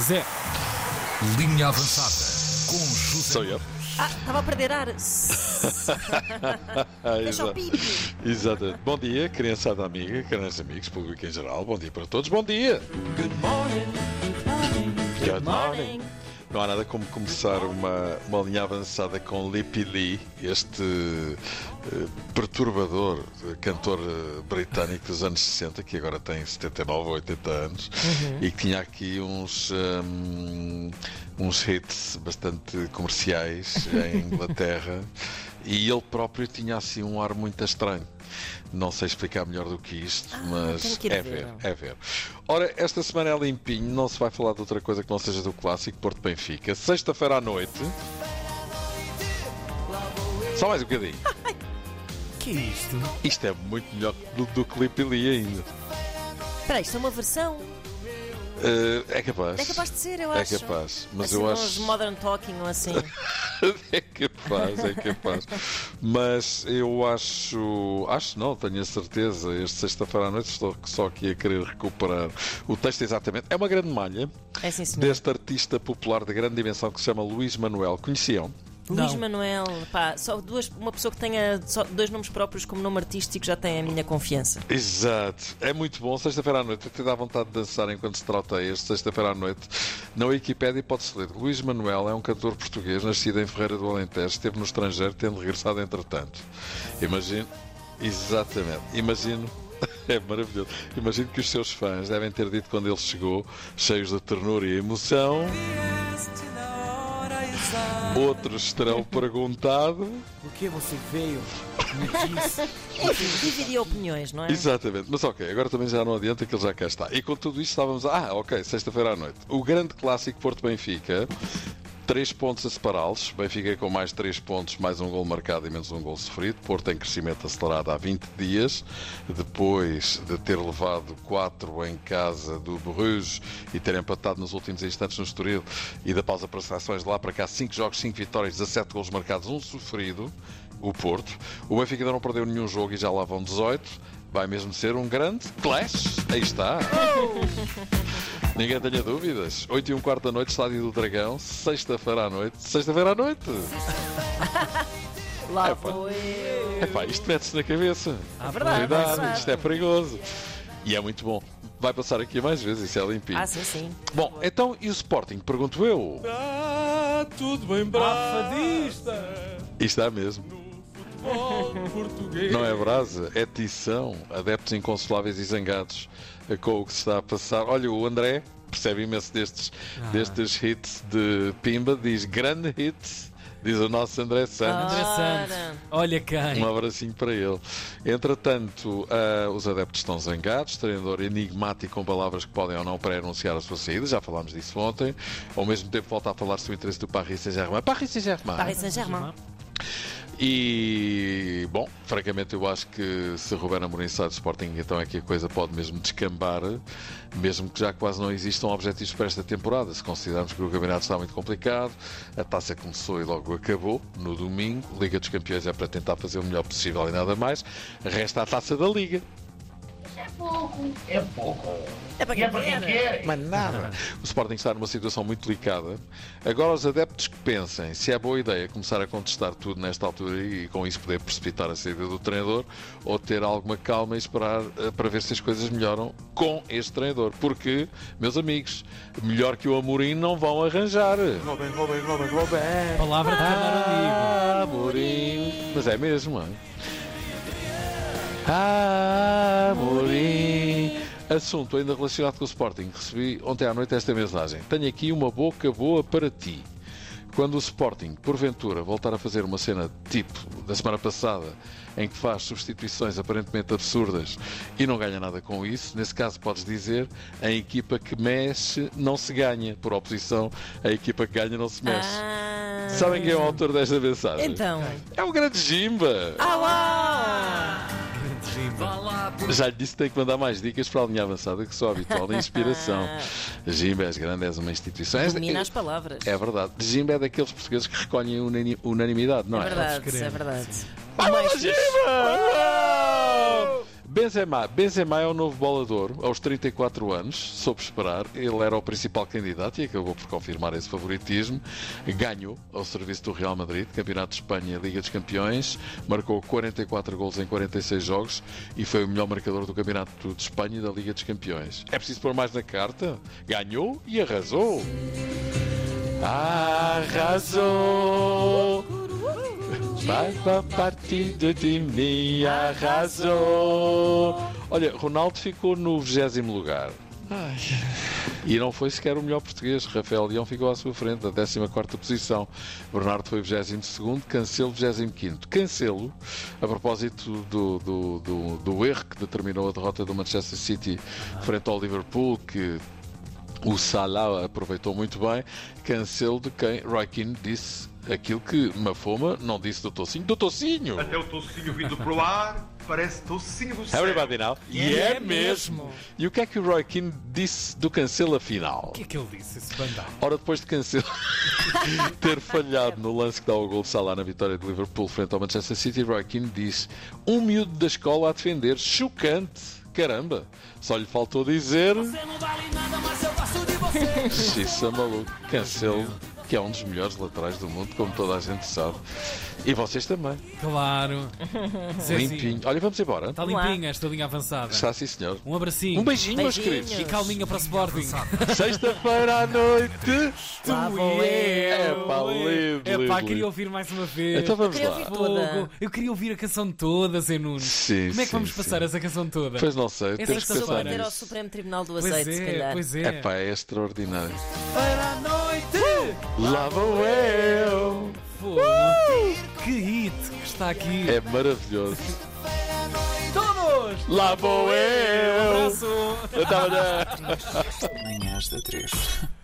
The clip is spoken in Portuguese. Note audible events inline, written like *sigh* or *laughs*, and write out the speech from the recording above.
Zé. Linha avançada com José. Sou eu. Ah, estava a perder ar. Ah, Deixa o exato. *laughs* pipo. Exato. Bom dia, criançada amiga, crianças amigos, público em geral. Bom dia para todos. Bom dia. Good morning. Não há nada como começar uma, uma linha avançada com Lippy Lee, este eh, perturbador eh, cantor eh, britânico dos anos 60, que agora tem 79 ou 80 anos, Uhum. e que tinha aqui uns, hum, uns hits bastante comerciais em *laughs* Inglaterra, e ele próprio tinha assim um ar muito estranho. Não sei explicar melhor do que isto, mas Ah, tenho que ir é ver. ver. É ver. Ora, esta semana é limpinho, não se vai falar de outra coisa que não seja do clássico Porto Benfica. Sexta-feira à noite. Só mais um bocadinho. Que é isto? Isto é muito melhor do, do clipe ali ainda. Espera aí, isto é uma versão. Eh, é capaz. É capaz de ser, eu É acho. capaz, mas assim, eu com acho. uns modern talking ou assim. *laughs* é capaz, é capaz. Mas eu acho, acho não, tenho a certeza. Este sexta-feira à noite estou só aqui a querer recuperar o texto exatamente. É uma grande malha É sim, senhor. deste artista popular de grande dimensão que se chama Luís Manuel. Conheciam? Luís Não. Manuel, pá, só duas, uma pessoa que tenha só dois nomes próprios como nome artístico já tem a minha confiança. Exato. É muito bom. Sexta-feira à noite, até dá vontade de dançar enquanto se trota este. Sexta-feira à noite, na Wikipédia pode-se ler. Luís Manuel é um cantor português, nascido em Ferreira do Alentejo, esteve no estrangeiro, tendo regressado entretanto. Imagino. Exatamente. Imagino. *laughs* É maravilhoso. Imagino que os seus fãs devem ter dito quando ele chegou, cheios de ternura e emoção. Outros terão perguntado. O que você veio? Me disse. Dividir opiniões, não é? Exatamente, mas ok, agora também já não adianta que ele já cá está. E com tudo isto estávamos. Ah, ok, sexta-feira à noite. O grande clássico Porto Benfica, três pontos a separá-los. Benfica com mais três pontos, mais um gol marcado e menos um gol sofrido. Porto em crescimento acelerado há 20 dias, depois de ter levado quatro em casa do Bruges e ter empatado nos últimos instantes no Estoril e da pausa para as seleções de lá para cá, cinco jogos, cinco vitórias, 17 gols marcados, um sofrido. O Porto. O Benfica ainda não perdeu nenhum jogo e já lá vão 18. Vai mesmo ser um grande clash. Aí *laughs* está. Ninguém tenha dúvidas. 8 e um quarto da noite, Estádio do Dragão. Sexta-feira à noite. Sexta-feira à noite. Lá Epá. vou eu. Epá, isto mete-se na cabeça. É verdade, Cuidado, verdade. isto é perigoso. E é muito bom. Vai passar aqui mais vezes, isso é limpinho. Ah, sim, sim. Bom, então e o Sporting? Pergunto eu. Está tudo em brafadista E está mesmo. Futebol português Não é brasa, é tição. Adeptos inconsoláveis e zangados eh, com o que se está a passar. Olha, o André percebe imenso destes, destes hits de Pimba, diz grande hit, diz o nosso André Santos. Interessante. Ora. Olha quem. Um abracinho para ele. Entretanto, ah, os adeptos estão zangados, treinador enigmático com palavras que podem ou não pré-anunciar a sua saída, já falámos disso ontem. Ao mesmo tempo, volta a falar sobre o interesse do Paris Saint-Germain. Paris Saint-Germain! Paris Saint-Germain. E, bom, francamente eu acho que se Ruben Amorim sai do Sporting, então é que a coisa pode mesmo descambar, mesmo que já quase não existam objetivos para esta temporada. Se considerarmos que o campeonato está muito complicado, a taça começou e logo acabou, no domingo, Liga dos Campeões é para tentar fazer o melhor possível e nada mais, resta a taça da Liga. É para quem quer. O Sporting está numa situação muito delicada. Agora, os adeptos que pensem se é boa ideia começar a contestar tudo nesta altura e com isso poder precipitar a saída do treinador ou ter alguma calma e esperar eh, para ver se as coisas melhoram com este treinador. Porque, meus amigos, melhor que o Amorim não vão arranjar. Palavra de Carneiro Ah! Amorim. Mas é mesmo, hein? Amorim. Assunto ainda relacionado com o Sporting. Recebi ontem à noite esta mensagem. Tenho aqui uma boca boa para ti. Quando o Sporting, porventura, voltar a fazer uma cena tipo da semana passada, em que faz substituições aparentemente absurdas e não ganha nada com isso, nesse caso podes dizer a equipa que mexe não se ganha. Por oposição, a equipa que ganha não se mexe. Ah. Sabem quem é o autor desta mensagem? Então. É o grande Jimba! Ah, uau! Já lhe disse que tenho que mandar mais dicas para a linha avançada que só habitual na inspiração. Jimba, és grande, és uma instituição. És- Ah. Domina as palavras. É verdade. Jimba é daqueles portugueses que recolhem unani- unanimidade, não é? verdade, é verdade. Vamos, Jimba! Uau! Benzema. Benzema é o novo bolador, aos 34 anos, soube esperar. Ele era o principal candidato e acabou por confirmar esse favoritismo. Ganhou ao serviço do Real Madrid, Campeonato de Espanha, Liga dos Campeões, marcou 44 gols em 46 jogos e foi o melhor marcador do Campeonato de Espanha e da Liga dos Campeões. É preciso pôr mais na carta? Ganhou e arrasou! Arrasou! Vai para partir do time e arrasou! Olha, Ronaldo ficou no 20 lugar. E não foi sequer o melhor português. Rafael Leão ficou à sua frente, na 14 posição. Bernardo foi 22, Cancelo 25. Cancelo, a propósito do, do, do, do erro que determinou a derrota do Manchester City frente ao Liverpool, que o Salah aproveitou muito bem. Cancelo de quem Roy Keane disse aquilo que Mafoma não disse do Tocinho. Do Tocinho! Até o tocinho vindo pro ar, parece tocinho do céu. Everybody now. E é mesmo! E o que é que o Roy Keane disse do Cancelo afinal? O que é que ele disse, esse bandado? Ora, depois de Cancelo *laughs* ter falhado no lance que dá o gol de Salah na vitória de Liverpool frente ao Manchester City, Roy Keane disse um miúdo da escola a defender. Chocante! Caramba! Só lhe faltou dizer... *laughs* Xissa maluco. Cancelo, que é um dos melhores laterais do mundo, como toda a gente sabe. E vocês também. Claro. Zezinho, Limpinho. Olha, vamos embora. Está limpinha esta linha avançada. Está sim, senhor. Um abracinho. Um beijinho, meus Beijinhos. queridos. E calminha para o Sporting. Sexta-feira à noite. Lá Tu vou e eu. eu. É pá, lindo, É pá, lindo, queria lindo. ouvir mais uma vez. Então vamos Queria lá. ouvir- Fogo. Toda. Eu queria ouvir a canção toda, Zé Nunes. Sim, Como é que sim, vamos sim. passar essa canção toda? Pois não sei, temos que sexta-feira. pensar Ter ao nisso. Supremo Tribunal do Pois Azeite, se é, calhar. pois é. É pá, é extraordinário. Para a noite! Lá vou eu. Fogo. Que hit que está aqui. É maravilhoso. Todos! Lá vou eu. Um Abraço. Eu tava na- Manhãs da 3.